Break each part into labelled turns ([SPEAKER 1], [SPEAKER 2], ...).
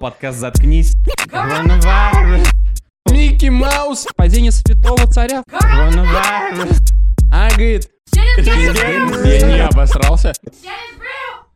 [SPEAKER 1] Подкаст «Заткнись».
[SPEAKER 2] Коронавирус. Микки Маус. Падение святого царя. Коронавирус. А, говорит, я не обосрался.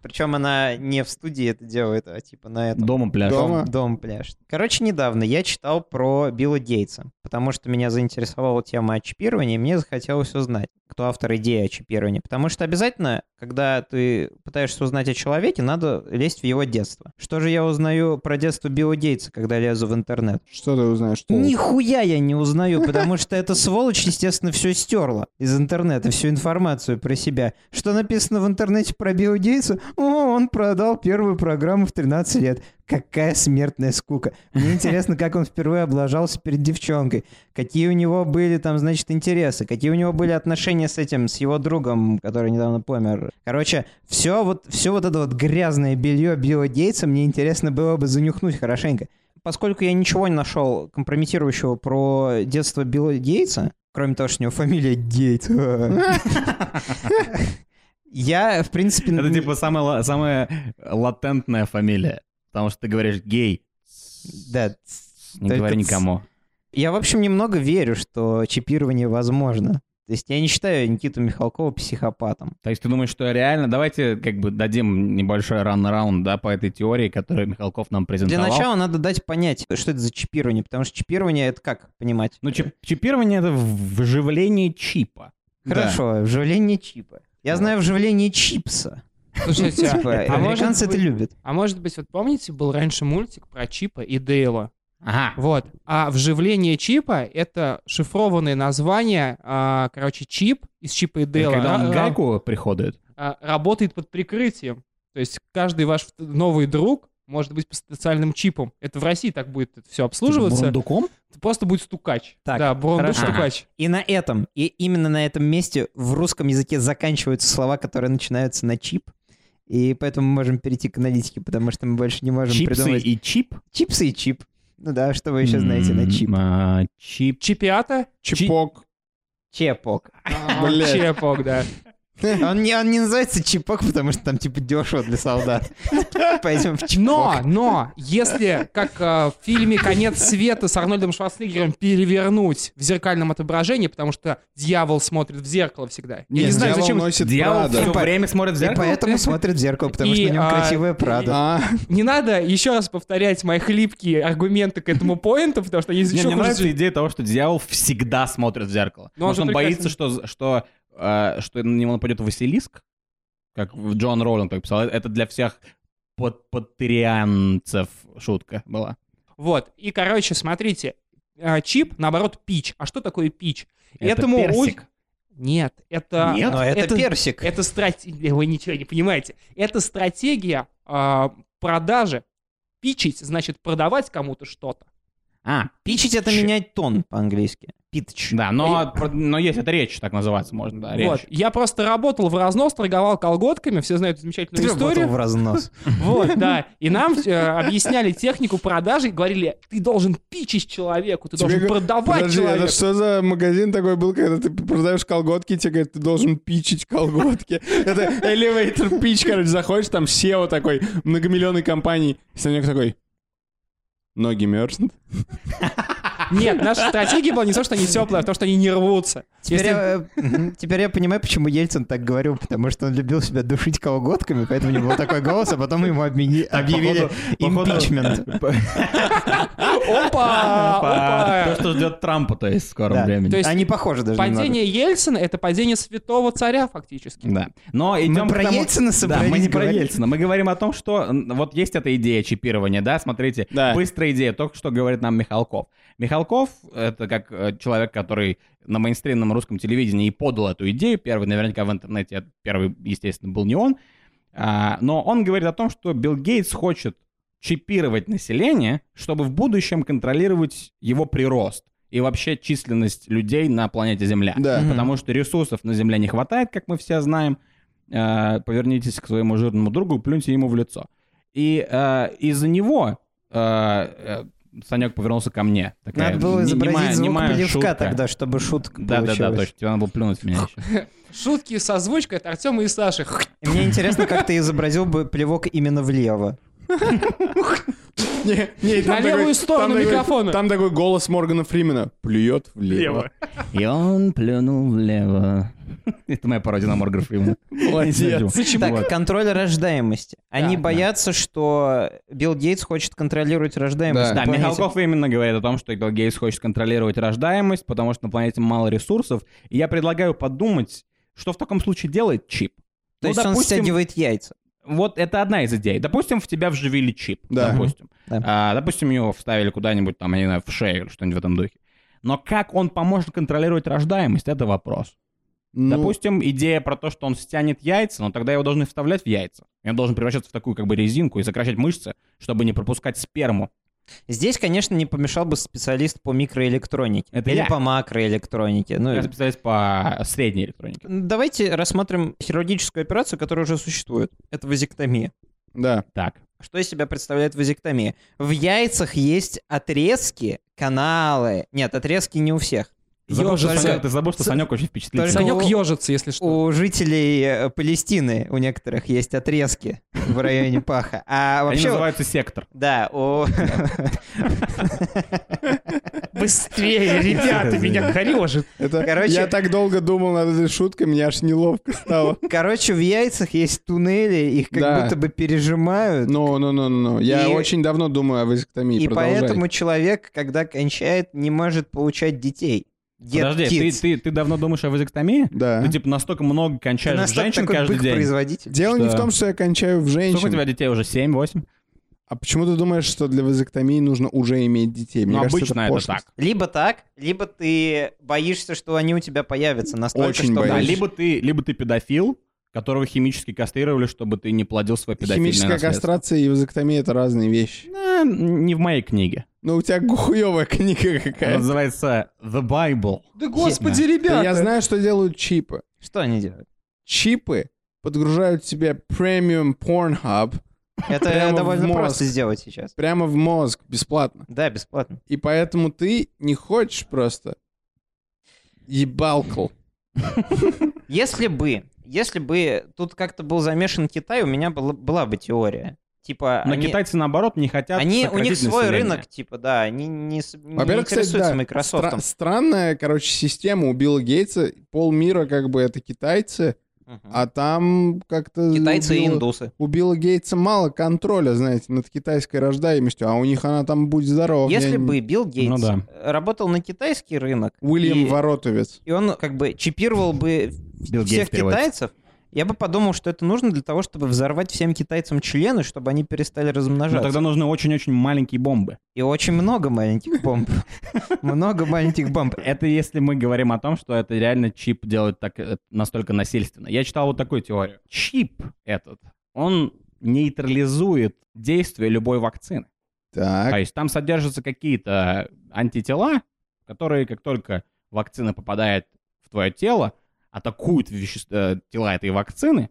[SPEAKER 1] Причем она не в студии это делает, а типа на этом.
[SPEAKER 3] Дома пляж.
[SPEAKER 2] Дома.
[SPEAKER 1] Дом пляж. Короче, недавно я читал про Билла Гейтса, потому что меня заинтересовала тема о чипировании, и мне захотелось узнать, кто автор идеи о чипировании. Потому что обязательно, когда ты пытаешься узнать о человеке, надо лезть в его детство. Что же я узнаю про детство Билла Гейтса, когда лезу в интернет?
[SPEAKER 2] Что ты узнаешь? Что
[SPEAKER 1] Нихуя я не узнаю, потому что эта сволочь, естественно, все стерла из интернета, всю информацию про себя. Что написано в интернете про Билла Гейтса? О, он продал первую программу в 13 лет. Какая смертная скука. Мне интересно, как он впервые облажался перед девчонкой. Какие у него были там, значит, интересы. Какие у него были отношения с этим, с его другом, который недавно помер. Короче, все вот, все вот это вот грязное белье Билла Гейтса мне интересно было бы занюхнуть хорошенько поскольку я ничего не нашел компрометирующего про детство Билла Гейтса, кроме того, что у него фамилия Гейтс, я, в принципе...
[SPEAKER 3] Это
[SPEAKER 1] н-
[SPEAKER 3] типа самая, ла- самая латентная фамилия. Потому что ты говоришь гей.
[SPEAKER 1] Да.
[SPEAKER 3] Не
[SPEAKER 1] Только
[SPEAKER 3] говори
[SPEAKER 1] ц-
[SPEAKER 3] никому.
[SPEAKER 1] Я, в общем, немного верю, что чипирование возможно. То есть я не считаю Никиту Михалкова психопатом.
[SPEAKER 3] То есть ты думаешь, что реально... Давайте как бы дадим небольшой ран-раунд, да, по этой теории, которую Михалков нам
[SPEAKER 1] Для
[SPEAKER 3] презентовал.
[SPEAKER 1] начала надо дать понять, что это за чипирование, потому что чипирование — это как понимать?
[SPEAKER 3] Ну, чип- чипирование — это в- вживление чипа.
[SPEAKER 1] Э, Хорошо, вживление чипа. Я знаю вживление чипса.
[SPEAKER 4] Слушайте,
[SPEAKER 1] Типа,
[SPEAKER 4] а может
[SPEAKER 1] американцы это
[SPEAKER 4] быть-
[SPEAKER 1] любят.
[SPEAKER 4] а может быть, вот помните, был раньше мультик про Чипа и Дейла?
[SPEAKER 3] Ага.
[SPEAKER 4] Вот. А вживление Чипа — это шифрованное название, а, короче, Чип из Чипа и
[SPEAKER 3] Это
[SPEAKER 4] Дейла.
[SPEAKER 3] когда
[SPEAKER 1] а,
[SPEAKER 4] Ра-
[SPEAKER 3] он
[SPEAKER 4] ра-
[SPEAKER 3] к гайку приходит.
[SPEAKER 1] Типа
[SPEAKER 4] а, работает под прикрытием. То есть каждый ваш фт- новый друг может быть под специальным чипом. Это в России так будет все
[SPEAKER 3] Типа
[SPEAKER 4] обслуживаться.
[SPEAKER 3] Бурундуком?
[SPEAKER 4] Просто будет стукач.
[SPEAKER 1] Так,
[SPEAKER 4] да, бурундук
[SPEAKER 1] хорошо.
[SPEAKER 4] стукач.
[SPEAKER 1] И на этом, и именно на этом месте в русском языке заканчиваются слова, которые начинаются на чип. И поэтому мы можем перейти к аналитике, потому что мы больше не можем
[SPEAKER 3] Чипсы
[SPEAKER 1] придумать...
[SPEAKER 3] и чип?
[SPEAKER 1] Чипсы и чип. Ну да, что вы еще знаете на чип?
[SPEAKER 3] М, а, Чип.
[SPEAKER 4] Чипиата?
[SPEAKER 2] Чипок.
[SPEAKER 1] Чепок.
[SPEAKER 4] А,
[SPEAKER 2] Блядь.
[SPEAKER 4] Чепок, да.
[SPEAKER 1] Он не, он не называется чипок, потому что там типа дешево для солдат. Пойдем в чипок.
[SPEAKER 4] Но, но, если, как э, в фильме «Конец света» с Арнольдом Шварценеггером перевернуть в зеркальном отображении, потому что дьявол смотрит в зеркало всегда. Я
[SPEAKER 2] Нет,
[SPEAKER 4] не знаю,
[SPEAKER 2] дьявол
[SPEAKER 4] зачем...
[SPEAKER 2] носит
[SPEAKER 3] Дьявол
[SPEAKER 2] Прада.
[SPEAKER 3] все время смотрит в
[SPEAKER 1] И
[SPEAKER 3] зеркало.
[SPEAKER 1] поэтому смотрит в зеркало, потому
[SPEAKER 4] И,
[SPEAKER 1] что на нем
[SPEAKER 4] а,
[SPEAKER 1] красивая Прада.
[SPEAKER 2] А,
[SPEAKER 4] Не надо еще раз повторять мои хлипкие аргументы к этому поинту, потому что они
[SPEAKER 3] Не,
[SPEAKER 4] еще
[SPEAKER 3] мне
[SPEAKER 4] хуже
[SPEAKER 3] нравится идея того, что дьявол всегда смотрит в зеркало.
[SPEAKER 4] Но Ну, он
[SPEAKER 3] Может,
[SPEAKER 4] же
[SPEAKER 3] он боится,
[SPEAKER 4] прекрасен.
[SPEAKER 3] что, что, э, что на него нападет Василиск, как в Джон Роулинг так писал. Это для всех под патрианцев шутка была.
[SPEAKER 4] Вот. И, короче, смотрите, а, чип, наоборот, пич. А что такое пич?
[SPEAKER 3] Это
[SPEAKER 4] Этому уль-
[SPEAKER 3] персик.
[SPEAKER 4] Нет, это...
[SPEAKER 3] Нет?
[SPEAKER 1] Но это,
[SPEAKER 4] это-
[SPEAKER 1] персик.
[SPEAKER 4] Это стратегия... Вы ничего не понимаете. Это стратегия а, продажи. Пичить значит продавать кому-то что-то.
[SPEAKER 3] А,
[SPEAKER 1] Пичить это
[SPEAKER 3] пич.
[SPEAKER 1] менять тон по-английски. Питч.
[SPEAKER 3] да, но, про- но есть это речь, так называться можно, да, речь.
[SPEAKER 4] Вот. Я просто работал в разнос, торговал колготками, все знают
[SPEAKER 1] Ты
[SPEAKER 4] замечательную
[SPEAKER 1] работал
[SPEAKER 4] историю.
[SPEAKER 1] в разнос.
[SPEAKER 4] Вот, да. И нам э, объясняли технику продажи, говорили, ты должен пичить человеку, ты
[SPEAKER 2] Тебе
[SPEAKER 4] должен
[SPEAKER 2] г-
[SPEAKER 4] продавать
[SPEAKER 2] Подожди, это
[SPEAKER 4] человеку.
[SPEAKER 2] что за магазин такой был, когда ты продаешь колготки, тебе говорят, ты должен пичить колготки. Это элевейтор пич, короче, заходишь, там SEO такой, многомиллионной компании, Санек такой, ноги мерзнут.
[SPEAKER 4] Нет, наша стратегия была не то, что они теплые, а то, что они не рвутся.
[SPEAKER 1] Теперь,
[SPEAKER 4] Если-
[SPEAKER 1] я, э, мгм, теперь я понимаю, почему Ельцин так говорил, потому что он любил себя душить колготками, поэтому у него был такой голос, а потом ему обмени- объявили
[SPEAKER 3] походу-
[SPEAKER 1] импичмент.
[SPEAKER 4] А, Опа!
[SPEAKER 3] Опа,
[SPEAKER 4] А, Опа!
[SPEAKER 3] То, что ждет Трампа, то есть в скором
[SPEAKER 1] А, Да.
[SPEAKER 3] времени.
[SPEAKER 4] То есть
[SPEAKER 1] Они похожи даже немного.
[SPEAKER 4] Падение Ельцина — это падение святого царя, фактически.
[SPEAKER 3] Да. Но идем
[SPEAKER 1] про
[SPEAKER 3] к тому-
[SPEAKER 1] Ельцина собрались
[SPEAKER 3] Да, мы не про
[SPEAKER 1] говорить?
[SPEAKER 3] Ельцина. Мы говорим о том, что м, вот есть эта идея чипирования, да, смотрите.
[SPEAKER 2] Да.
[SPEAKER 3] Быстрая идея, то, что говорит нам Михалков. Михалков — это как э, человек, который на мейнстримном русском телевидении и подал эту идею. Первый, наверняка, в интернете это первый, естественно, был не он. А, но он говорит о том, что Билл Гейтс хочет чипировать население, чтобы в будущем контролировать его прирост и вообще численность людей на планете Земля.
[SPEAKER 2] Да.
[SPEAKER 1] Мгм.
[SPEAKER 3] Потому что ресурсов на Земле не хватает, как мы все знаем. Э, Повернитесь к своему жирному другу и плюньте ему в лицо. И э, из-за него э, Санек повернулся ко мне. Такая
[SPEAKER 1] Надо было
[SPEAKER 3] Э, не-
[SPEAKER 1] изобразить
[SPEAKER 3] немая-
[SPEAKER 1] звук
[SPEAKER 3] немая
[SPEAKER 1] плевка
[SPEAKER 3] шутка.
[SPEAKER 1] тогда, чтобы шутка
[SPEAKER 3] Да, да, да,
[SPEAKER 1] получилась.
[SPEAKER 3] точно. Тебе надо было плюнуть в меня еще.
[SPEAKER 4] Шутки со озвучкой от Артема и Саши.
[SPEAKER 1] И Мне интересно, как ты изобразил бы плевок именно влево.
[SPEAKER 2] Не, не, и там
[SPEAKER 4] На
[SPEAKER 2] такой-
[SPEAKER 4] левую сторону
[SPEAKER 2] там такой-
[SPEAKER 4] микрофона.
[SPEAKER 2] Там такой голос Моргана Фримена. Плюет влево.
[SPEAKER 3] И он плюнул влево. Это моя пародия на Моргана Фримена.
[SPEAKER 2] Молодец.
[SPEAKER 1] Почему? Так, контроль рождаемости. Они
[SPEAKER 4] да.
[SPEAKER 1] боятся, что Билл Гейтс хочет контролировать рождаемость.
[SPEAKER 2] Да.
[SPEAKER 1] на
[SPEAKER 3] Да,
[SPEAKER 1] планете.
[SPEAKER 3] Михалков именно говорит о том, что Билл Гейтс хочет контролировать рождаемость, потому что на планете мало ресурсов. И я предлагаю подумать, что в таком случае делает чип.
[SPEAKER 1] То
[SPEAKER 3] Ну,
[SPEAKER 1] есть он
[SPEAKER 3] допустим,
[SPEAKER 1] стягивает яйца.
[SPEAKER 3] Вот это одна из идей. Допустим, в тебя вживили чип.
[SPEAKER 2] Да.
[SPEAKER 3] Допустим.
[SPEAKER 1] Да.
[SPEAKER 3] А, допустим, его вставили куда-нибудь там, я не знаю, в шею или что-нибудь в этом духе. Но как он поможет контролировать рождаемость, это вопрос.
[SPEAKER 2] Ну,
[SPEAKER 3] Допустим, идея про то, что он стянет яйца, но тогда его должны вставлять в яйца. И он должен превращаться в такую как бы резинку и сокращать мышцы, чтобы не пропускать сперму.
[SPEAKER 1] Здесь, конечно, не помешал бы специалист по микроэлектронике.
[SPEAKER 3] Это
[SPEAKER 1] или
[SPEAKER 3] я.
[SPEAKER 1] по макроэлектронике. Ну,
[SPEAKER 3] Я специалист по средней электронике.
[SPEAKER 1] давайте рассмотрим хирургическую операцию, которая уже существует. Это вазектомия.
[SPEAKER 2] Да.
[SPEAKER 3] Так.
[SPEAKER 1] Что из себя представляет вазектомия? В яйцах есть отрезки, каналы. Нет, отрезки не у всех.
[SPEAKER 3] Забыл, что
[SPEAKER 1] Ёжа.
[SPEAKER 3] Санёк- ты забыл, что
[SPEAKER 1] С-
[SPEAKER 3] Санек очень
[SPEAKER 1] Только
[SPEAKER 3] впечатлительный.
[SPEAKER 4] Санек
[SPEAKER 1] у-
[SPEAKER 4] ежится, если что.
[SPEAKER 1] У жителей э, Палестины, у некоторых, есть отрезки в районе паха. А
[SPEAKER 3] Они
[SPEAKER 1] вообще...
[SPEAKER 3] называются сектор.
[SPEAKER 1] Да, у...
[SPEAKER 5] Быстрее, ребята, меня корежит.
[SPEAKER 2] Это,
[SPEAKER 1] Короче-
[SPEAKER 2] Я так долго думал над этой шуткой, мне аж неловко стало.
[SPEAKER 1] Короче, в яйцах есть туннели, их как
[SPEAKER 2] Да.
[SPEAKER 1] будто бы пережимают.
[SPEAKER 2] Ну, ну, ну, ну, ну. Я
[SPEAKER 1] И-
[SPEAKER 2] очень давно думаю о вазектомии.
[SPEAKER 1] И
[SPEAKER 2] Продолжай.
[SPEAKER 1] поэтому человек, когда кончает, не может получать детей. Get
[SPEAKER 3] Подожди,
[SPEAKER 1] kids.
[SPEAKER 3] ты, ты, ты давно думаешь о вазектомии?
[SPEAKER 2] Да.
[SPEAKER 3] Ты типа настолько много
[SPEAKER 1] Ты
[SPEAKER 3] кончаешь
[SPEAKER 1] настолько
[SPEAKER 3] женщин
[SPEAKER 1] такой
[SPEAKER 3] каждый
[SPEAKER 1] бык
[SPEAKER 3] день.
[SPEAKER 1] производитель.
[SPEAKER 2] Дело не в
[SPEAKER 3] Да.
[SPEAKER 2] том, что я кончаю в
[SPEAKER 3] Сколько у тебя
[SPEAKER 2] женщин.
[SPEAKER 3] детей уже? 7-8?
[SPEAKER 2] А почему ты думаешь, что для вазектомии нужно уже иметь детей? Мне
[SPEAKER 3] Ну,
[SPEAKER 2] кажется,
[SPEAKER 3] обычно это,
[SPEAKER 2] пошлость.
[SPEAKER 3] так.
[SPEAKER 1] Либо так, либо ты боишься, что они у тебя появятся настолько,
[SPEAKER 2] Очень
[SPEAKER 1] что...
[SPEAKER 2] боюсь.
[SPEAKER 3] Да,
[SPEAKER 2] Конечно.
[SPEAKER 3] либо ты, либо ты педофил, которого химически кастрировали, чтобы ты не плодил свое педофильное
[SPEAKER 2] Химическая
[SPEAKER 3] наследство.
[SPEAKER 2] кастрация и вазоктомия — это разные вещи.
[SPEAKER 3] Э, не в моей книге.
[SPEAKER 2] Но у тебя хуевая книга
[SPEAKER 3] Она
[SPEAKER 1] Э?
[SPEAKER 2] какая.
[SPEAKER 3] называется The Bible.
[SPEAKER 4] Да
[SPEAKER 3] господи,
[SPEAKER 4] господи,
[SPEAKER 2] Да Я
[SPEAKER 4] ребята!
[SPEAKER 2] знаю, что делают чипы.
[SPEAKER 1] Что они делают?
[SPEAKER 2] Чипы подгружают тебе премиум Pornhub
[SPEAKER 1] Это
[SPEAKER 2] Прямо в
[SPEAKER 1] довольно
[SPEAKER 2] мозг.
[SPEAKER 1] просто сделать сейчас.
[SPEAKER 2] прямо в мозг бесплатно.
[SPEAKER 1] Да, бесплатно.
[SPEAKER 2] И поэтому ты не хочешь просто ебалкал.
[SPEAKER 1] Если бы, если бы тут как-то был замешан Китай, у меня была, была бы теория. Типа,
[SPEAKER 3] Но
[SPEAKER 1] они-
[SPEAKER 3] китайцы, наоборот, не хотят
[SPEAKER 1] Они, у них
[SPEAKER 3] сократить
[SPEAKER 1] свой
[SPEAKER 3] население.
[SPEAKER 1] рынок, типа, да, они не, с- не
[SPEAKER 2] Во-первых, кстати,
[SPEAKER 1] интересуются
[SPEAKER 2] да,
[SPEAKER 1] Microsoft.
[SPEAKER 2] стра- странная, короче, система у Билла Гейтса. Полмира как бы это китайцы, а там как-то...
[SPEAKER 1] Китайцы
[SPEAKER 2] у
[SPEAKER 1] и
[SPEAKER 2] Билла-
[SPEAKER 1] индусы.
[SPEAKER 2] У Билла Гейтса мало контроля, знаете, над китайской рождаемостью, а у них она там будет здорова.
[SPEAKER 1] Если
[SPEAKER 2] Я не-
[SPEAKER 1] бы Билл Гейтс э,
[SPEAKER 3] Ну
[SPEAKER 1] работал на китайский рынок,
[SPEAKER 2] Уильям
[SPEAKER 1] и,
[SPEAKER 2] Воротовец.
[SPEAKER 1] и он как бы чипировал бы
[SPEAKER 3] Билл Гейтс
[SPEAKER 1] всех
[SPEAKER 3] переводится.
[SPEAKER 1] китайцев, я бы подумал, что это нужно для того, чтобы взорвать всем китайцам члены, чтобы они перестали
[SPEAKER 3] Но
[SPEAKER 1] размножаться.
[SPEAKER 3] Ну, тогда нужны очень-очень маленькие бомбы.
[SPEAKER 1] И очень много маленьких бомб. Много маленьких бомб.
[SPEAKER 3] Это если мы говорим о том, что это реально чип делает так э, настолько насильственно. Я читал вот такую теорию. Чип этот, он нейтрализует действие любой вакцины. То
[SPEAKER 2] Так.
[SPEAKER 3] есть А, там содержатся какие-то э, антитела, которые, как только вакцина попадает в твое тело, атакуют веще- э, тела этой вакцины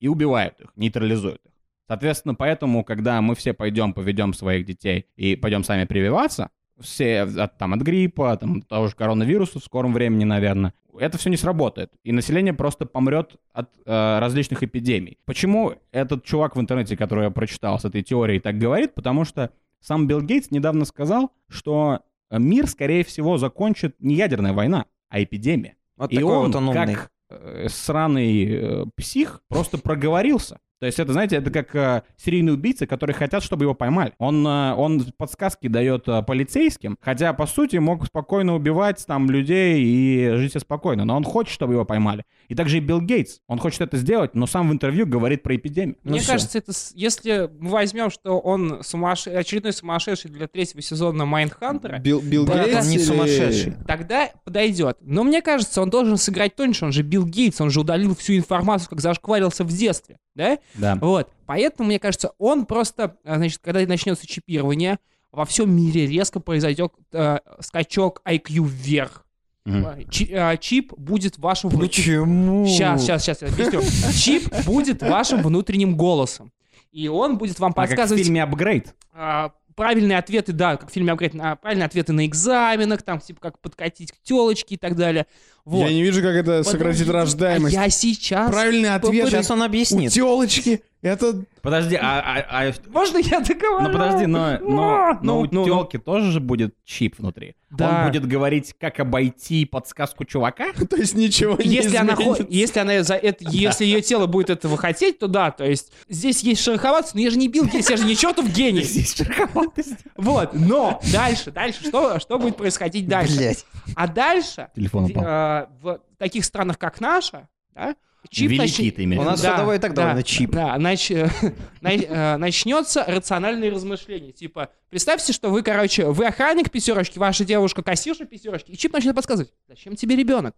[SPEAKER 3] и убивают их, нейтрализуют их. Соответственно, поэтому, когда мы все пойдем, поведем своих детей и пойдем сами прививаться, все от, там, от гриппа, там, от того же коронавируса в скором времени, наверное, это все не сработает. И население просто помрет от э, различных эпидемий. Почему этот чувак в интернете, который я прочитал с этой теорией, так говорит? Потому что сам Билл Гейтс недавно сказал, что э, мир, скорее всего, закончит не ядерная война, а эпидемия.
[SPEAKER 1] Вот
[SPEAKER 3] И
[SPEAKER 1] такой
[SPEAKER 3] он,
[SPEAKER 1] вот он умный.
[SPEAKER 3] как э, сраный э, псих, просто проговорился. То есть это, знаете, это как э, серийные убийцы, которые хотят, чтобы его поймали. Он, э, он подсказки дает э, полицейским, хотя, по сути, мог спокойно убивать там людей и жить себе спокойно, но он хочет, чтобы его поймали. И также и Билл Гейтс, он хочет это сделать, но сам в интервью говорит про эпидемию.
[SPEAKER 1] Ну
[SPEAKER 4] Мне
[SPEAKER 1] всё.
[SPEAKER 4] кажется, это с- если мы возьмем, что он сумасше- очередной сумасшедший для третьего сезона Майндхантера,
[SPEAKER 2] Билл, Билл
[SPEAKER 4] Да,
[SPEAKER 2] Гейтс
[SPEAKER 1] он не
[SPEAKER 2] или-
[SPEAKER 1] сумасшедший.
[SPEAKER 4] тогда подойдет. Но мне кажется, он должен сыграть тоньше, он же Билл Гейтс, он же удалил всю информацию, как зашкварился в детстве, да?
[SPEAKER 3] Да.
[SPEAKER 4] Вот. Поэтому, мне кажется, он просто, а, значит, когда начнется чипирование, во всем мире резко произойдет э, скачок IQ вверх.
[SPEAKER 3] Мгм.
[SPEAKER 4] Чи- а, чип будет вашим внутренним...
[SPEAKER 1] Почему?
[SPEAKER 4] Сейчас, сейчас, сейчас, я объясню. Чип будет вашим внутренним голосом. И он будет вам
[SPEAKER 3] А как в
[SPEAKER 4] подсказывать
[SPEAKER 3] фильме «Апгрейд».
[SPEAKER 4] а, правильные ответы, да, как в фильме «Апгрейд», на- правильные ответы на экзаменах, там, типа, как подкатить к телочке и так далее. Вот.
[SPEAKER 2] Я не вижу, как это
[SPEAKER 4] Подождите,
[SPEAKER 2] сократит
[SPEAKER 4] а
[SPEAKER 2] рождаемость.
[SPEAKER 4] Я сейчас...
[SPEAKER 2] Правильный ответ
[SPEAKER 1] Сейчас он
[SPEAKER 2] у
[SPEAKER 1] объяснит.
[SPEAKER 2] телочки. Это...
[SPEAKER 3] Подожди, а- а... а-
[SPEAKER 4] Можно я договорю?
[SPEAKER 3] Ну подожди, но, но, но у
[SPEAKER 4] Ну, ну, ну.
[SPEAKER 3] телки тоже же будет чип внутри.
[SPEAKER 4] Да.
[SPEAKER 3] Он будет говорить, как обойти подсказку чувака.
[SPEAKER 2] То есть ничего не
[SPEAKER 4] Если она, хо-
[SPEAKER 2] изменится.
[SPEAKER 4] если она за это, если ее тело будет этого хотеть, то да, то есть здесь есть шероховатость, но я же не бил, я же не чертов гений.
[SPEAKER 3] Здесь шероховатость.
[SPEAKER 4] Вот, но дальше, дальше, что, что будет происходить дальше?
[SPEAKER 1] Блять.
[SPEAKER 4] А дальше
[SPEAKER 3] Телефон
[SPEAKER 4] э, в таких странах, как наша, да, чип
[SPEAKER 3] Великий
[SPEAKER 4] начнет-
[SPEAKER 3] ты
[SPEAKER 1] У
[SPEAKER 3] имеешь. в
[SPEAKER 1] нас
[SPEAKER 4] Да,
[SPEAKER 1] все и так
[SPEAKER 4] да,
[SPEAKER 1] довольно чип.
[SPEAKER 4] Да, нач- нач- э, начнется рациональные размышления. Типа, представьте, что вы, короче, вы охранник пятерочки, ваша девушка кассирша пятерочки, и чип начнет подсказывать, зачем тебе ребенок?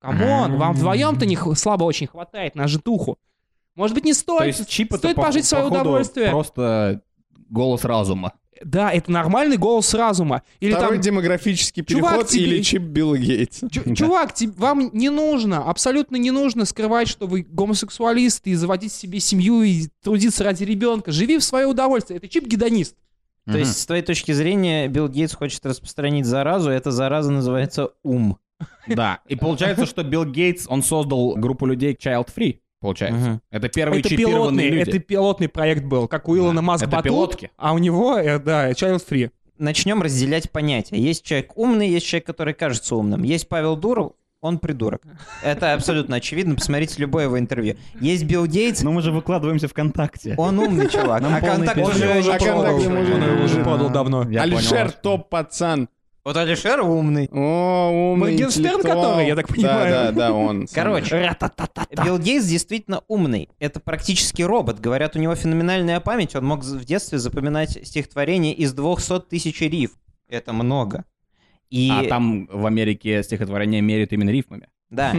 [SPEAKER 4] Камон, вам вдвоем-то не х- слабо очень хватает на житуху. Может быть, не
[SPEAKER 3] виду?
[SPEAKER 4] стоит,
[SPEAKER 3] чип
[SPEAKER 4] стоит
[SPEAKER 3] по-
[SPEAKER 4] пожить в свое
[SPEAKER 3] походу,
[SPEAKER 4] удовольствие.
[SPEAKER 3] просто голос разума.
[SPEAKER 4] Да, это нормальный голос разума. Или
[SPEAKER 2] Второй
[SPEAKER 4] там,
[SPEAKER 2] демографический
[SPEAKER 4] Чувак,
[SPEAKER 2] переход
[SPEAKER 4] тебе-
[SPEAKER 2] или чип Билла Гейтса.
[SPEAKER 4] «Чу- чувак, ти- вам не нужно, абсолютно не нужно скрывать, что вы гомосексуалист, и заводить себе семью, и трудиться ради ребенка. Живи в свое удовольствие. Это чип-гедонист.
[SPEAKER 1] То есть, с твоей точки зрения, Билл Гейтс хочет распространить заразу, и эта зараза называется ум.
[SPEAKER 3] Да. И получается, что Билл Гейтс, он создал группу людей Child Free, получается.
[SPEAKER 1] Мгм.
[SPEAKER 3] Это первые
[SPEAKER 4] это
[SPEAKER 3] чипированные
[SPEAKER 4] пилотный,
[SPEAKER 3] люди.
[SPEAKER 4] это пилотный проект был, как у Илона
[SPEAKER 3] Да.
[SPEAKER 4] Маска
[SPEAKER 3] Это
[SPEAKER 4] Батут,
[SPEAKER 3] пилотки.
[SPEAKER 4] а у него, э, да, Child Free.
[SPEAKER 1] Начнем разделять понятия. Есть человек умный, есть человек, который кажется умным. Есть Павел Дуров, он придурок. Это абсолютно очевидно, посмотрите любое его интервью. Есть Билл Гейтс,
[SPEAKER 3] Но мы же выкладываемся ВКонтакте.
[SPEAKER 1] он умный чувак,
[SPEAKER 3] Нам
[SPEAKER 1] а
[SPEAKER 3] полный
[SPEAKER 1] контакт
[SPEAKER 3] пиздец.
[SPEAKER 1] уже...
[SPEAKER 2] Он же
[SPEAKER 1] уже
[SPEAKER 2] подал.
[SPEAKER 1] подал.
[SPEAKER 2] контактный мужик.
[SPEAKER 4] Он его уже подал давно.
[SPEAKER 3] Я понял
[SPEAKER 2] Алишер
[SPEAKER 3] вас.
[SPEAKER 2] топ-пацан.
[SPEAKER 1] Вот Алишер умный.
[SPEAKER 2] О, умный
[SPEAKER 4] Моргенштерн,
[SPEAKER 2] интеллектуал.
[SPEAKER 4] который, я так понимаю.
[SPEAKER 2] Да, да, да, он. сам.
[SPEAKER 1] Короче, Билл Гейтс действительно умный. Это практически робот. Говорят, у него феноменальная память. Он мог в детстве запоминать стихотворение из 200 тысяч риф. Это много. И...
[SPEAKER 3] А там в Америке стихотворение меряют именно рифмами.
[SPEAKER 1] Да.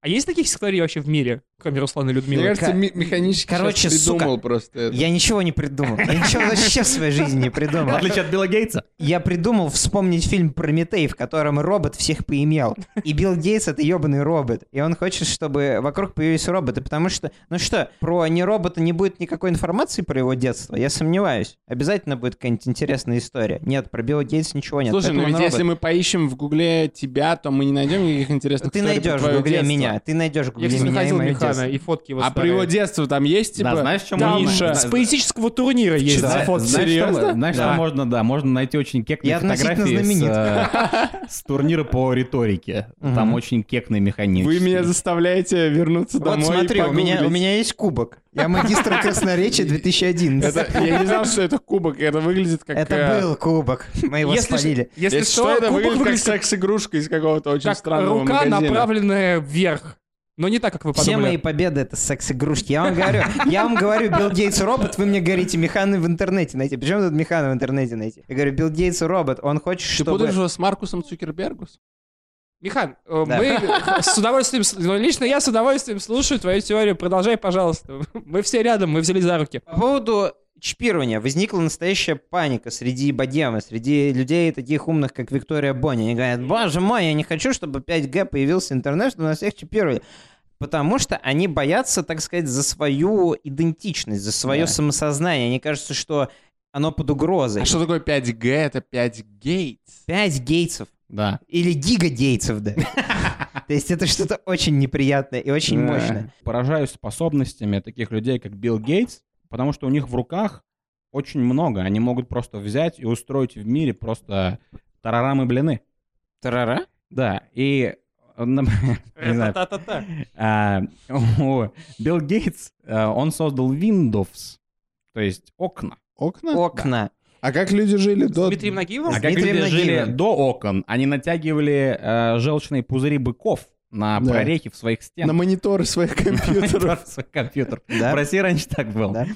[SPEAKER 4] А есть таких историй вообще в мире, кроме Руслана и
[SPEAKER 2] Мне
[SPEAKER 4] Людмилы?
[SPEAKER 2] кажется, ми- механически
[SPEAKER 1] Короче,
[SPEAKER 2] Короче, придумал просто это.
[SPEAKER 1] Я ничего не придумал. Я ничего вообще в своей жизни не
[SPEAKER 3] В
[SPEAKER 1] придумал.
[SPEAKER 3] отличие от Билла Гейтса.
[SPEAKER 1] Я придумал вспомнить фильм «Прометей», в котором робот всех поимел. И Билл Гейтс — это ебаный робот. И он хочет, чтобы вокруг появились роботы, потому что, ну что, про не робота не будет никакой информации про его детство? Я сомневаюсь. Обязательно будет какая-нибудь интересная история. Нет, про Билла Гейтса ничего нет.
[SPEAKER 2] Слушай,
[SPEAKER 1] поэтому
[SPEAKER 2] ну
[SPEAKER 1] он
[SPEAKER 2] ведь если
[SPEAKER 1] робот.
[SPEAKER 2] мы поищем в Гугле тебя, то мы не найдем никаких интересных
[SPEAKER 1] Ну Ты
[SPEAKER 2] историй про
[SPEAKER 1] найдешь в
[SPEAKER 2] твоё
[SPEAKER 1] Гугле
[SPEAKER 2] детство.
[SPEAKER 1] меня, ты найдешь в
[SPEAKER 4] Я,
[SPEAKER 1] Гугле
[SPEAKER 4] кстати,
[SPEAKER 1] меня и
[SPEAKER 4] находил
[SPEAKER 1] мое
[SPEAKER 4] Механа
[SPEAKER 1] детство.
[SPEAKER 4] и фотки его
[SPEAKER 2] А про его детство там есть, типа...
[SPEAKER 3] Да, знаешь, в чем
[SPEAKER 4] Там
[SPEAKER 3] ниша?
[SPEAKER 4] с поэтического турнира есть
[SPEAKER 3] Да,
[SPEAKER 4] фотки.
[SPEAKER 3] знаешь,
[SPEAKER 2] Серьезно?
[SPEAKER 3] что- знаешь,
[SPEAKER 4] Да.
[SPEAKER 3] что можно, да, можно найти очень кекные
[SPEAKER 1] Я относительно
[SPEAKER 3] фотографии с,
[SPEAKER 1] знаменит.
[SPEAKER 3] э, с турнира по риторике. Там
[SPEAKER 1] Мгм.
[SPEAKER 3] очень кекный механизм.
[SPEAKER 2] Вы меня заставляете вернуться
[SPEAKER 1] Вот
[SPEAKER 2] домой и
[SPEAKER 1] смотри, у меня, у
[SPEAKER 2] погуглить.
[SPEAKER 1] меня есть кубок. Я магистр красноречия 2011.
[SPEAKER 2] Это- я не знал, что это кубок, это выглядит как...
[SPEAKER 1] Это
[SPEAKER 2] э,
[SPEAKER 1] был кубок. Мы его
[SPEAKER 4] Если,
[SPEAKER 1] спалили.
[SPEAKER 4] если
[SPEAKER 2] Если что, это
[SPEAKER 4] кубок
[SPEAKER 2] выглядит как
[SPEAKER 4] выглядит
[SPEAKER 2] секс-игрушка из какого-то очень
[SPEAKER 4] как
[SPEAKER 2] странного
[SPEAKER 4] рука,
[SPEAKER 2] магазина.
[SPEAKER 4] направленная вверх. Но не так, как вы
[SPEAKER 1] Все мои
[SPEAKER 4] подумали.
[SPEAKER 1] победы это секс-игрушки. Я вам говорю, я вам говорю, Билл Гейтс робот, вы мне говорите, механы в интернете найти. Причем тут механы в интернете найти? Я говорю, Билл Гейтс робот, он хочет,
[SPEAKER 2] Ты
[SPEAKER 1] чтобы...
[SPEAKER 2] будешь же с Маркусом Цукербергус?
[SPEAKER 4] Михан, э,
[SPEAKER 1] Да.
[SPEAKER 4] мы с удовольствием... с- ну, Лично я с удовольствием слушаю твою теорию. Продолжай, пожалуйста. Мы все рядом, мы взялись за руки.
[SPEAKER 1] По поводу чипирования возникла настоящая паника среди богемы, среди людей таких умных, как Виктория Бонни. Они говорят, боже мой, я не хочу, чтобы 5G появился интернет, чтобы нас всех чипировали. Потому что они боятся, так сказать, за свою идентичность, за свое
[SPEAKER 3] Да.
[SPEAKER 1] самосознание. Они кажется, что оно под угрозой.
[SPEAKER 2] А что такое 5G? Это 5 гейтс.
[SPEAKER 1] 5 гейтсов.
[SPEAKER 3] Да.
[SPEAKER 1] Или гигагейтсов, да. То есть это что-то очень неприятное и очень
[SPEAKER 2] Да.
[SPEAKER 1] мощное.
[SPEAKER 3] Поражаюсь способностями таких людей, как Билл Гейтс, потому что у них в руках очень много. Они могут просто взять и устроить в мире просто тарарамы блины.
[SPEAKER 1] Тарара?
[SPEAKER 3] Да, и... э, нам- не знаю,
[SPEAKER 4] Ра-та-та-та-та.
[SPEAKER 3] А, у Билл Гейтс, э, он создал Windows, то есть окна.
[SPEAKER 2] Окна?
[SPEAKER 1] Окна.
[SPEAKER 2] А как люди жили
[SPEAKER 4] С
[SPEAKER 2] до...
[SPEAKER 4] Дмитрием Нагиевым?
[SPEAKER 1] С
[SPEAKER 3] А как люди
[SPEAKER 1] Дмитрием
[SPEAKER 3] жили
[SPEAKER 1] Нагиевым.
[SPEAKER 3] до окон, они натягивали э, желчные пузыри быков на
[SPEAKER 2] Да.
[SPEAKER 3] прорехи в своих
[SPEAKER 2] На
[SPEAKER 3] стенах.
[SPEAKER 2] мониторы своих компьютеров.
[SPEAKER 3] Свой компьютер.
[SPEAKER 1] Да.
[SPEAKER 3] В России раньше так было.
[SPEAKER 1] Да.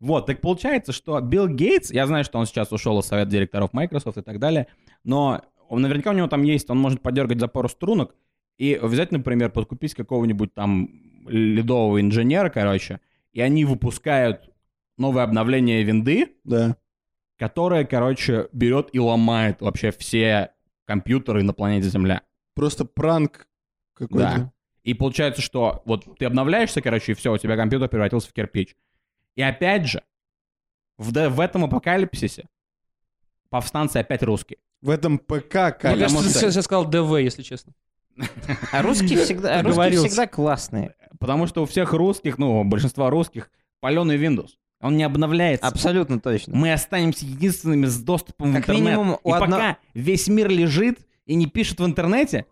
[SPEAKER 3] Вот, так получается, что Билл Гейтс, я знаю, что он сейчас ушел из совета директоров Microsoft и так далее, но он, наверняка у него там есть, он может подергать за пару струнок и взять, например, подкупить какого-нибудь там ледового инженера, короче, и они выпускают новое обновление винды,
[SPEAKER 2] Да.
[SPEAKER 3] которая, короче, берет и ломает вообще все компьютеры на планете Земля.
[SPEAKER 2] Просто пранк какой-то.
[SPEAKER 3] Да. И получается, что вот ты обновляешься, короче, и все, у тебя компьютер превратился в кирпич. И опять же, в, да- в этом апокалипсисе повстанцы опять русские.
[SPEAKER 2] В этом ПК,
[SPEAKER 4] Мне
[SPEAKER 2] Коля.
[SPEAKER 3] Потому
[SPEAKER 4] кажется, ты
[SPEAKER 3] что-
[SPEAKER 4] сейчас сказал ДВ, если честно.
[SPEAKER 1] А русские всегда, а русские
[SPEAKER 4] Договорился.
[SPEAKER 1] всегда классные.
[SPEAKER 3] Потому что у всех русских, ну, у большинства русских паленый Windows. Он не обновляется.
[SPEAKER 1] Абсолютно точно.
[SPEAKER 3] Мы останемся единственными с доступом в
[SPEAKER 1] Как
[SPEAKER 3] интернет.
[SPEAKER 1] минимум,
[SPEAKER 3] и
[SPEAKER 1] у одно-
[SPEAKER 3] пока весь мир лежит и не пишет в интернете,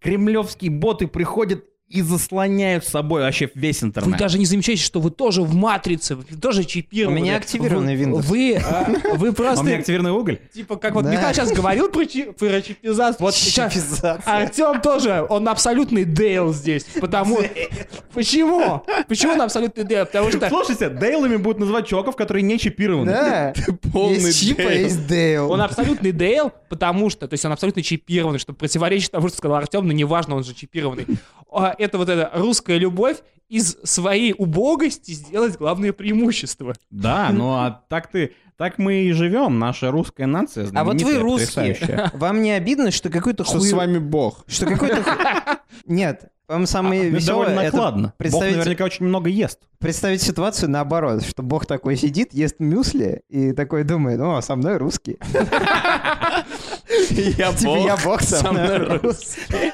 [SPEAKER 3] кремлевские боты приходят и заслоняют с собой вообще весь
[SPEAKER 4] Вы
[SPEAKER 3] интернет.
[SPEAKER 4] даже не замечаете, что вы тоже в матрице, вы тоже чипированы.
[SPEAKER 1] У меня активированный
[SPEAKER 4] Вы-
[SPEAKER 1] Windows.
[SPEAKER 4] Вы, а, вы
[SPEAKER 3] А у меня
[SPEAKER 4] просто,
[SPEAKER 3] активированный уголь.
[SPEAKER 4] типа, как вот
[SPEAKER 1] Да.
[SPEAKER 4] Михаил сейчас говорил про, чи- про чипизацию. Вот сейчас
[SPEAKER 1] А,
[SPEAKER 4] Артем тоже, он абсолютный Дейл здесь. Потому... Почему? Почему он абсолютный Дейл? Потому что...
[SPEAKER 3] Слушайте, Дейлами будут называть чуваков, которые не чипированы.
[SPEAKER 1] Да.
[SPEAKER 2] Полный
[SPEAKER 1] Есть Чип, а
[SPEAKER 2] Дейл.
[SPEAKER 1] есть Дейл.
[SPEAKER 4] Он абсолютный Дейл, потому что, то есть он абсолютно чипированный, что противоречит тому, что сказал Артем, но неважно, он же чипированный. А, Это вот эта русская любовь из своей убогости сделать главное преимущество.
[SPEAKER 3] Да, ну а так ты... Так мы и живем, наша русская нация
[SPEAKER 1] А вот вы
[SPEAKER 3] знаменитая,
[SPEAKER 1] русские.
[SPEAKER 3] потрясающая.
[SPEAKER 1] Вам не обидно, что какой-то
[SPEAKER 2] Что с
[SPEAKER 1] хуй...
[SPEAKER 2] вами бог?
[SPEAKER 1] Что какой-то... ху- Нет, вам самое
[SPEAKER 3] Это Ну, А, довольно
[SPEAKER 1] веселое... это
[SPEAKER 3] накладно.
[SPEAKER 1] представить-
[SPEAKER 3] Бог наверняка очень много ест.
[SPEAKER 1] Представить ситуацию наоборот, что бог такой сидит, ест мюсли и такой думает, о, со мной русские.
[SPEAKER 2] Я
[SPEAKER 1] Типа я бог, со
[SPEAKER 4] со
[SPEAKER 1] мной
[SPEAKER 4] мной
[SPEAKER 1] русские.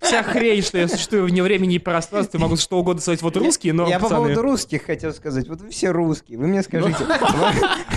[SPEAKER 4] Вся хрень, что я существую вне времени и пространства, могу что угодно сказать, вот русские, но,
[SPEAKER 1] Я по
[SPEAKER 4] Ну, пацаны, Ну.
[SPEAKER 1] поводу русских хотел сказать. Вот вы все русские, вы мне скажите.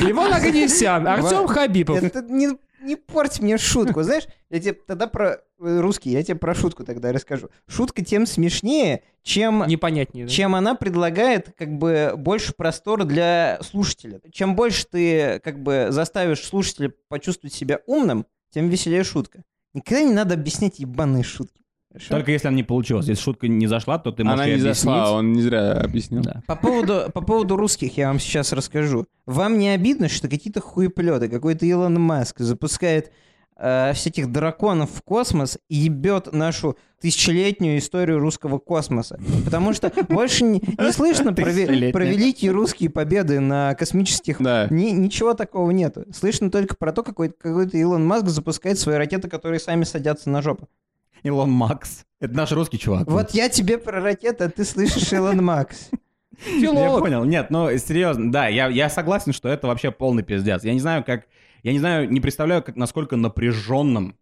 [SPEAKER 4] Левон Оганесян, Артем Хабипов.
[SPEAKER 1] Это не, не порть мне шутку, знаешь? Я тебе тогда про э, русский, я тебе про шутку тогда расскажу. Шутка тем смешнее, чем
[SPEAKER 4] Непонятнее. да?
[SPEAKER 1] чем она предлагает как бы больше простора для слушателя. Чем больше ты как бы заставишь слушателя почувствовать себя умным, тем веселее шутка. Никогда не надо объяснять ебаные шутки. Хорошо?
[SPEAKER 3] Только если она не получилась. Если шутка не зашла, то ты можешь
[SPEAKER 2] Она
[SPEAKER 3] ей
[SPEAKER 2] не зашла, а
[SPEAKER 3] объяснить.
[SPEAKER 2] он не зря объяснил.
[SPEAKER 3] Да.
[SPEAKER 1] По поводу, по поводу русских я вам сейчас расскажу. Вам не обидно, что какие-то хуеплеты, какой-то Илон Маск запускает э, всяких драконов в космос и ебет нашу тысячелетнюю историю русского космоса? Потому что больше не, не слышно про, ве- про великие русские победы на космических...
[SPEAKER 2] Да.
[SPEAKER 1] Ни- ничего такого нету. Слышно только про то, какой- какой-то Илон Маск запускает свои ракеты, которые сами садятся на жопу.
[SPEAKER 3] Илон Макс. Это наш русский чувак.
[SPEAKER 1] Вот я тебе про ракеты, а ты слышишь Илон Макс.
[SPEAKER 3] Я
[SPEAKER 4] Филолог.
[SPEAKER 3] понял. Нет, ну серьезно, да, я, я согласен, что это вообще полный пиздец. Я не знаю, как. Я не знаю, не представляю, как насколько напряженным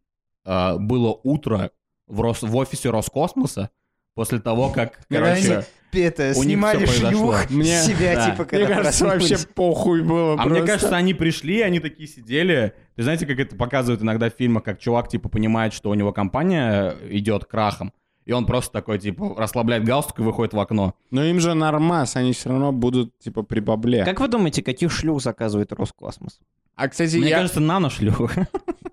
[SPEAKER 3] э, было утро в, Рос, в офисе Роскосмоса после того, как, короче,
[SPEAKER 1] это,
[SPEAKER 3] у них
[SPEAKER 1] снимали
[SPEAKER 3] всё произошло.
[SPEAKER 1] шлюх
[SPEAKER 2] Мне-
[SPEAKER 1] с себя,
[SPEAKER 3] да.
[SPEAKER 1] типа, когда
[SPEAKER 2] Мне кажется,
[SPEAKER 1] проснулись.
[SPEAKER 2] вообще похуй было
[SPEAKER 3] А мне
[SPEAKER 2] просто.
[SPEAKER 3] кажется, они пришли, они такие сидели. Ты знаете, как это показывают иногда в фильмах, как чувак, типа, понимает, что у него компания идет крахом, и он просто такой, типа, расслабляет галстук и выходит в окно.
[SPEAKER 2] Но им же нормас, они все равно будут, типа, при бабле.
[SPEAKER 1] Как вы думаете, каких шлюх заказывает Роскосмос?
[SPEAKER 2] А, кстати,
[SPEAKER 3] Мне
[SPEAKER 2] я...
[SPEAKER 3] кажется, нано шлюх.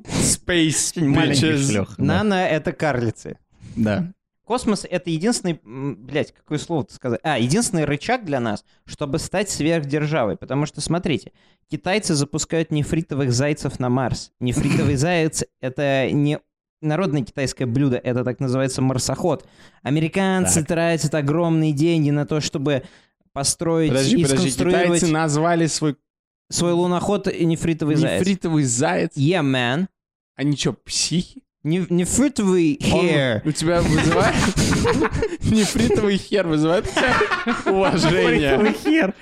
[SPEAKER 2] Space
[SPEAKER 3] Маленький
[SPEAKER 2] bitches.
[SPEAKER 3] шлюх.
[SPEAKER 1] Нано — это карлицы.
[SPEAKER 3] Да.
[SPEAKER 1] Космос — это единственный, м, блядь, какое слово-то сказать? А, единственный рычаг для нас, чтобы стать сверхдержавой. Потому что, смотрите, китайцы запускают нефритовых зайцев на Марс. Нефритовый заяц — это не народное китайское блюдо, это так называется марсоход. Американцы
[SPEAKER 3] Так.
[SPEAKER 1] тратят огромные деньги на то, чтобы построить
[SPEAKER 2] Подожди,
[SPEAKER 1] и
[SPEAKER 2] подожди,
[SPEAKER 1] сконструировать
[SPEAKER 2] китайцы назвали свой
[SPEAKER 1] свой луноход и нефритовый заяц.
[SPEAKER 2] нефритовый заяц.
[SPEAKER 1] Yeah, man.
[SPEAKER 2] Они что, психи?
[SPEAKER 1] Не- Нефритовый
[SPEAKER 2] Он
[SPEAKER 1] hair.
[SPEAKER 2] У тебя вызывает... Нефритовый хер вызывает у тебя уважение.
[SPEAKER 3] Хер.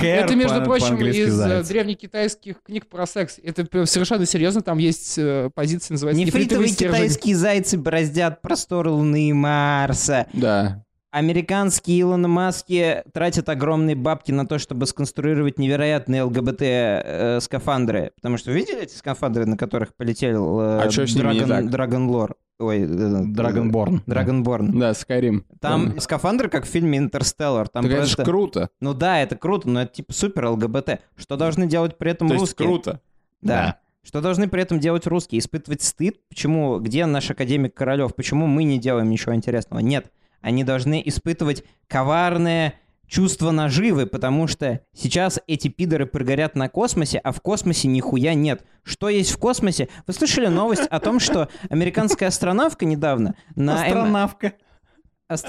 [SPEAKER 4] Это, между прочим, из э, древнекитайских книг про секс. Это п- совершенно серьезно, там есть э, позиция, называется
[SPEAKER 1] Нефритовые
[SPEAKER 4] стержень».
[SPEAKER 1] китайские зайцы бороздят просторы Луны и Марса.
[SPEAKER 2] Да.
[SPEAKER 1] Американские Илоны Маски тратят огромные бабки на то, чтобы сконструировать невероятные ЛГБТ-скафандры. Потому что видели эти скафандры, на которых полетел э,
[SPEAKER 2] А чё с ними не так?
[SPEAKER 1] Dragon Lore? Ой, э,
[SPEAKER 3] э, Драгонборн.
[SPEAKER 1] Драгонборн.
[SPEAKER 2] Да, Скарим.
[SPEAKER 1] Там скафандры, как в фильме «Интерстеллар». Там
[SPEAKER 2] Так это ж
[SPEAKER 1] просто...
[SPEAKER 2] круто.
[SPEAKER 1] Ну да, это круто, но это типа супер ЛГБТ. Что должны делать при этом
[SPEAKER 2] То есть
[SPEAKER 1] русские?
[SPEAKER 2] круто.
[SPEAKER 1] Да.
[SPEAKER 3] Да.
[SPEAKER 1] Что должны при этом делать русские? Испытывать стыд? Почему? Где наш академик Королев? Почему мы не делаем ничего интересного? Нет. Они должны испытывать коварное чувство наживы, потому что сейчас эти пидоры прогорят на космосе, а в космосе нихуя нет. Что есть в космосе? Вы слышали новость о том, что американская астронавка недавно на... М-
[SPEAKER 3] Астронавка.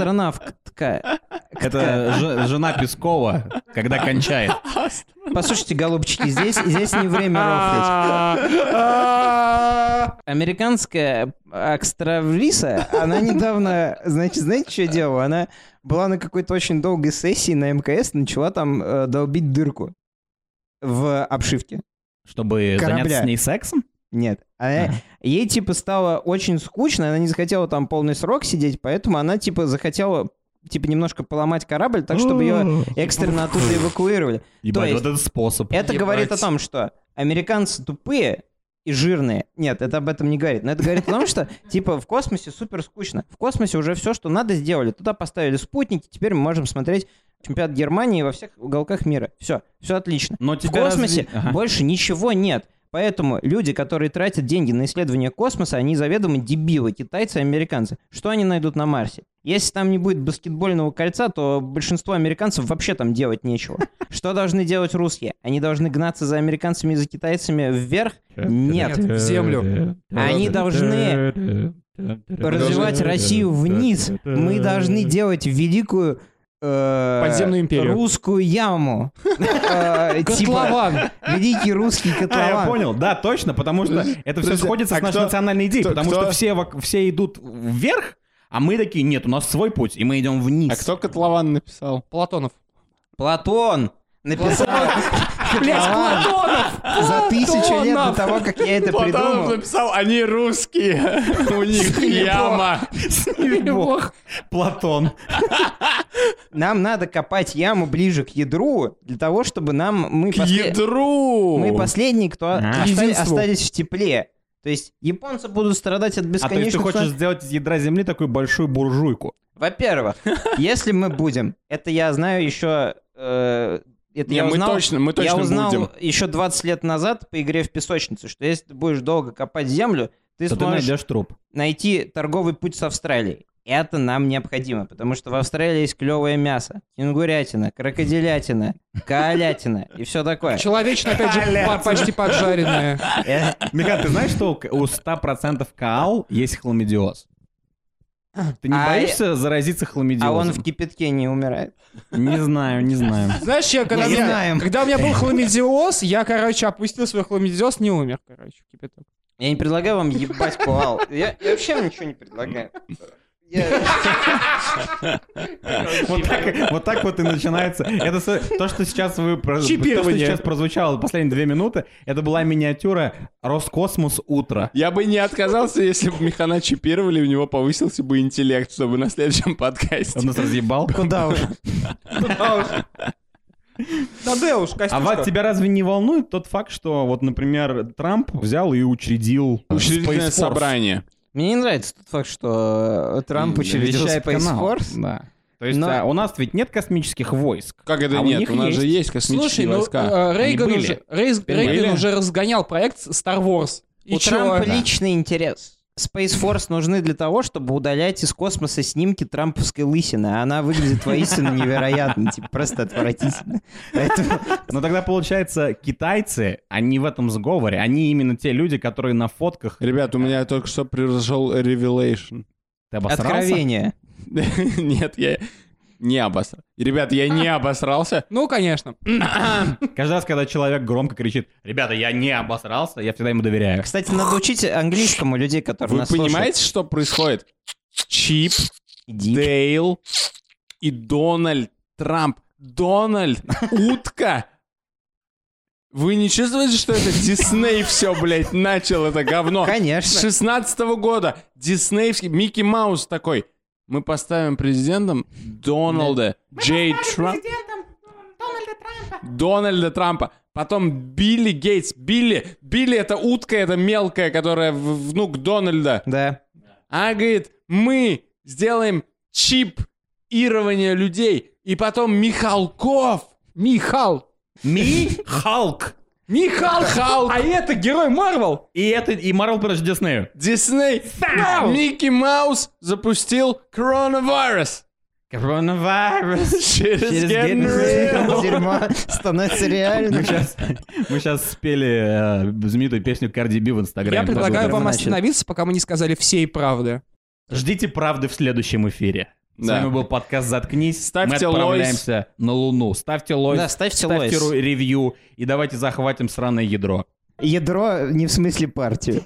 [SPEAKER 1] Астронавтка.
[SPEAKER 3] Это ж- жена Пескова, когда кончает.
[SPEAKER 1] Послушайте, голубчики, здесь, здесь не время рофлить.
[SPEAKER 3] А.
[SPEAKER 4] А-а-а.
[SPEAKER 1] американская экстравриса, она недавно, значит, знаете, что делала? Она была на какой-то очень долгой сессии на мкс, начала там э, долбить дырку в обшивке.
[SPEAKER 3] Чтобы
[SPEAKER 1] Корабля.
[SPEAKER 3] заняться с ней сексом?
[SPEAKER 1] Нет. Она-
[SPEAKER 3] Ага.
[SPEAKER 1] Ей, типа, стало очень скучно, она не захотела там полный срок сидеть, поэтому она, типа, захотела типа немножко поломать корабль, так чтобы ее экстренно оттуда эвакуировали.
[SPEAKER 3] Ебать,
[SPEAKER 1] есть-
[SPEAKER 3] вот это способ.
[SPEAKER 1] Это
[SPEAKER 4] Ебать.
[SPEAKER 1] говорит о том, что американцы тупые и жирные. Нет, это об этом не говорит. Но это говорит о том, что типа в космосе супер скучно. В космосе уже все, что надо, сделали. Туда поставили спутники, теперь мы можем смотреть чемпионат Германии во всех уголках мира. Все, все отлично.
[SPEAKER 3] Но
[SPEAKER 1] В
[SPEAKER 3] тебя
[SPEAKER 1] космосе
[SPEAKER 3] разве- Ага.
[SPEAKER 1] больше ничего нет. Поэтому люди, которые тратят деньги на исследование космоса, они заведомо дебилы, китайцы и американцы. Что они найдут на Марсе? Если там не будет баскетбольного кольца, то большинство американцев вообще там делать нечего. Что должны делать русские? Они должны гнаться за американцами и за китайцами вверх? Нет.
[SPEAKER 4] в землю.
[SPEAKER 1] Они должны Развивать
[SPEAKER 2] Должны-
[SPEAKER 1] Россию вниз. Мы
[SPEAKER 3] э,
[SPEAKER 1] должны делать великую... э,
[SPEAKER 2] Подземную империю.
[SPEAKER 1] Русскую яму. Э, Типа
[SPEAKER 4] Котлован.
[SPEAKER 1] великий русский
[SPEAKER 3] А, я
[SPEAKER 1] котлован.
[SPEAKER 3] понял, да, точно, потому что это все
[SPEAKER 2] подожди,
[SPEAKER 3] сходится
[SPEAKER 2] а
[SPEAKER 3] с нашей
[SPEAKER 2] кто-
[SPEAKER 3] национальной идеей,
[SPEAKER 2] кто-
[SPEAKER 3] потому
[SPEAKER 2] кто-
[SPEAKER 3] что все вок- все идут вверх, а мы такие, нет, у нас свой путь, и мы идем вниз.
[SPEAKER 2] А кто котлован написал?
[SPEAKER 4] Платонов.
[SPEAKER 1] Платон написал
[SPEAKER 4] Блять, Платонов!
[SPEAKER 1] за тысячу лет до
[SPEAKER 4] Платонов!
[SPEAKER 1] того, как я это
[SPEAKER 2] Платонов
[SPEAKER 1] придумал.
[SPEAKER 2] написал, они русские. У них яма.
[SPEAKER 4] Бог.
[SPEAKER 3] Платон.
[SPEAKER 1] Нам надо копать яму ближе к ядру, для того, чтобы нам... Мы,
[SPEAKER 2] К
[SPEAKER 1] после-
[SPEAKER 2] ядру.
[SPEAKER 1] мы последние, кто
[SPEAKER 3] А.
[SPEAKER 1] оста-
[SPEAKER 2] Единству.
[SPEAKER 1] остались в тепле. То есть японцы будут страдать от
[SPEAKER 3] А то есть ты
[SPEAKER 1] бесконечных...
[SPEAKER 3] хочешь сделать из ядра земли такую большую буржуйку?
[SPEAKER 1] Во-первых, если мы будем... Это я знаю еще... э, это
[SPEAKER 2] Не,
[SPEAKER 1] я
[SPEAKER 2] мы
[SPEAKER 1] узнал,
[SPEAKER 2] точно, мы точно
[SPEAKER 1] я узнал
[SPEAKER 2] будем.
[SPEAKER 1] еще 20 лет назад по игре в песочницу, что если ты будешь долго копать землю, ты
[SPEAKER 3] То ты
[SPEAKER 1] сможешь
[SPEAKER 3] найдешь труп.
[SPEAKER 1] найти торговый путь с Австралией. Это нам необходимо, потому что в Австралии есть клевое мясо. Кенгурятина, крокодилятина, каолятина и все такое.
[SPEAKER 4] Человечная, опять же, по- почти поджаренная.
[SPEAKER 1] Э,
[SPEAKER 3] Михаил, А ты знаешь, что у к- у 100% коал есть хламидиоз? Ты не
[SPEAKER 1] А
[SPEAKER 3] боишься заразиться хламидиозом?
[SPEAKER 1] А он в кипятке не умирает.
[SPEAKER 3] Не знаю, не знаю.
[SPEAKER 4] Знаешь, я когда,
[SPEAKER 1] Не
[SPEAKER 4] у меня-
[SPEAKER 1] знаем.
[SPEAKER 4] когда у меня был хламидиоз, я, короче, опустил свой хламидиоз, не умер, короче, типа, в кипяток.
[SPEAKER 1] Я не предлагаю вам ебать коал. Я, я вообще вам ничего не предлагаю. Я-
[SPEAKER 3] Вот так, вот так вот и начинается. Это со- то, что сейчас вы про- то, что
[SPEAKER 2] Чипирование.
[SPEAKER 3] сейчас прозвучало последние две минуты, это была миниатюра Роскосмос утро.
[SPEAKER 2] Я бы не отказался, если бы механа чипировали, у него повысился бы интеллект, чтобы на следующем подкасте.
[SPEAKER 3] Он нас разъебал.
[SPEAKER 1] Куда уж?
[SPEAKER 4] Да, Деуш,
[SPEAKER 3] А вас тебя разве не волнует тот факт, что вот, например, Трамп взял и учредил э, Space
[SPEAKER 2] Учредительное
[SPEAKER 3] Force?
[SPEAKER 2] собрание.
[SPEAKER 1] Мне не нравится тот факт, что э, Трамп
[SPEAKER 3] М,
[SPEAKER 1] учредил
[SPEAKER 3] вещает
[SPEAKER 1] Space
[SPEAKER 3] канал.
[SPEAKER 1] Force.
[SPEAKER 3] Да. То есть
[SPEAKER 1] Но-
[SPEAKER 3] а, у нас ведь нет космических войск.
[SPEAKER 2] Как это
[SPEAKER 3] А у
[SPEAKER 2] нет?
[SPEAKER 3] них
[SPEAKER 2] У нас
[SPEAKER 3] есть.
[SPEAKER 2] же есть космические
[SPEAKER 4] Слушай, ну,
[SPEAKER 2] войска.
[SPEAKER 4] э, Рейган
[SPEAKER 3] Они
[SPEAKER 4] уже-
[SPEAKER 3] были.
[SPEAKER 4] Рейз-
[SPEAKER 2] Были.
[SPEAKER 4] Рейган уже разгонял проект Star Wars. И
[SPEAKER 1] У
[SPEAKER 4] чё?
[SPEAKER 1] Трампа
[SPEAKER 4] Да.
[SPEAKER 1] личный интерес. Space Force нужны для того, чтобы удалять из космоса снимки трамповской лысины. а Она выглядит воистину невероятно, типа просто отвратительно. Поэтому
[SPEAKER 3] Но тогда получается, китайцы, они в этом сговоре, они именно те люди, которые на фотках...
[SPEAKER 2] Ребят, у меня только что произошел ревелейшн.
[SPEAKER 3] Ты обосрался?
[SPEAKER 1] откровение.
[SPEAKER 2] Нет, я не обосрался. Ребят, я не обосрался.
[SPEAKER 4] Ну, конечно.
[SPEAKER 3] Каждый раз, когда человек громко кричит, ребята, я не обосрался, я всегда ему доверяю.
[SPEAKER 1] Кстати, надо учить английскому людей, которые
[SPEAKER 2] Вы
[SPEAKER 1] нас слушают.
[SPEAKER 2] понимаете, что происходит? Чип,
[SPEAKER 1] Иди.
[SPEAKER 2] Дейл и Дональд Трамп. Дональд, утка. Вы не чувствуете, что это Дисней все, блядь, начал это говно? С
[SPEAKER 1] Конечно.
[SPEAKER 2] 16 года Диснеевский Микки Маус такой. Мы поставим президентом Дональда Джей Трамп. Дональда Трампа. Потом Билли Гейтс. Билли. Билли это утка, это мелкая, которая в- внук Дональда.
[SPEAKER 1] Да.
[SPEAKER 2] А говорит, мы сделаем чип ирования людей. И потом Михалков.
[SPEAKER 4] Михал.
[SPEAKER 3] Ми Халк.
[SPEAKER 4] Михал Халк. А это герой Марвел.
[SPEAKER 3] И это, и Марвел против Диснею.
[SPEAKER 2] Дисней. Микки Маус запустил коронавирус.
[SPEAKER 3] Коронавирус.
[SPEAKER 2] Через
[SPEAKER 1] Через гены
[SPEAKER 2] Генри.
[SPEAKER 1] дерьма становится реальным.
[SPEAKER 3] Мы сейчас, мы щас спели э, знаменитую песню Карди Би в Инстаграме.
[SPEAKER 4] Я предлагаю
[SPEAKER 1] Который
[SPEAKER 4] вам
[SPEAKER 1] значит-
[SPEAKER 4] остановиться, пока мы не сказали всей правды.
[SPEAKER 3] Ждите правды в следующем эфире. С
[SPEAKER 2] Да.
[SPEAKER 3] вами был подкаст «Заткнись». Мы
[SPEAKER 2] Ставьте лойс.
[SPEAKER 3] отправляемся на Луну. Ставьте лойс,
[SPEAKER 1] Да, ставьте
[SPEAKER 3] ставьте
[SPEAKER 1] лойс.
[SPEAKER 3] ру- ревью и давайте захватим сраное ядро.
[SPEAKER 1] Ядро не в смысле партию.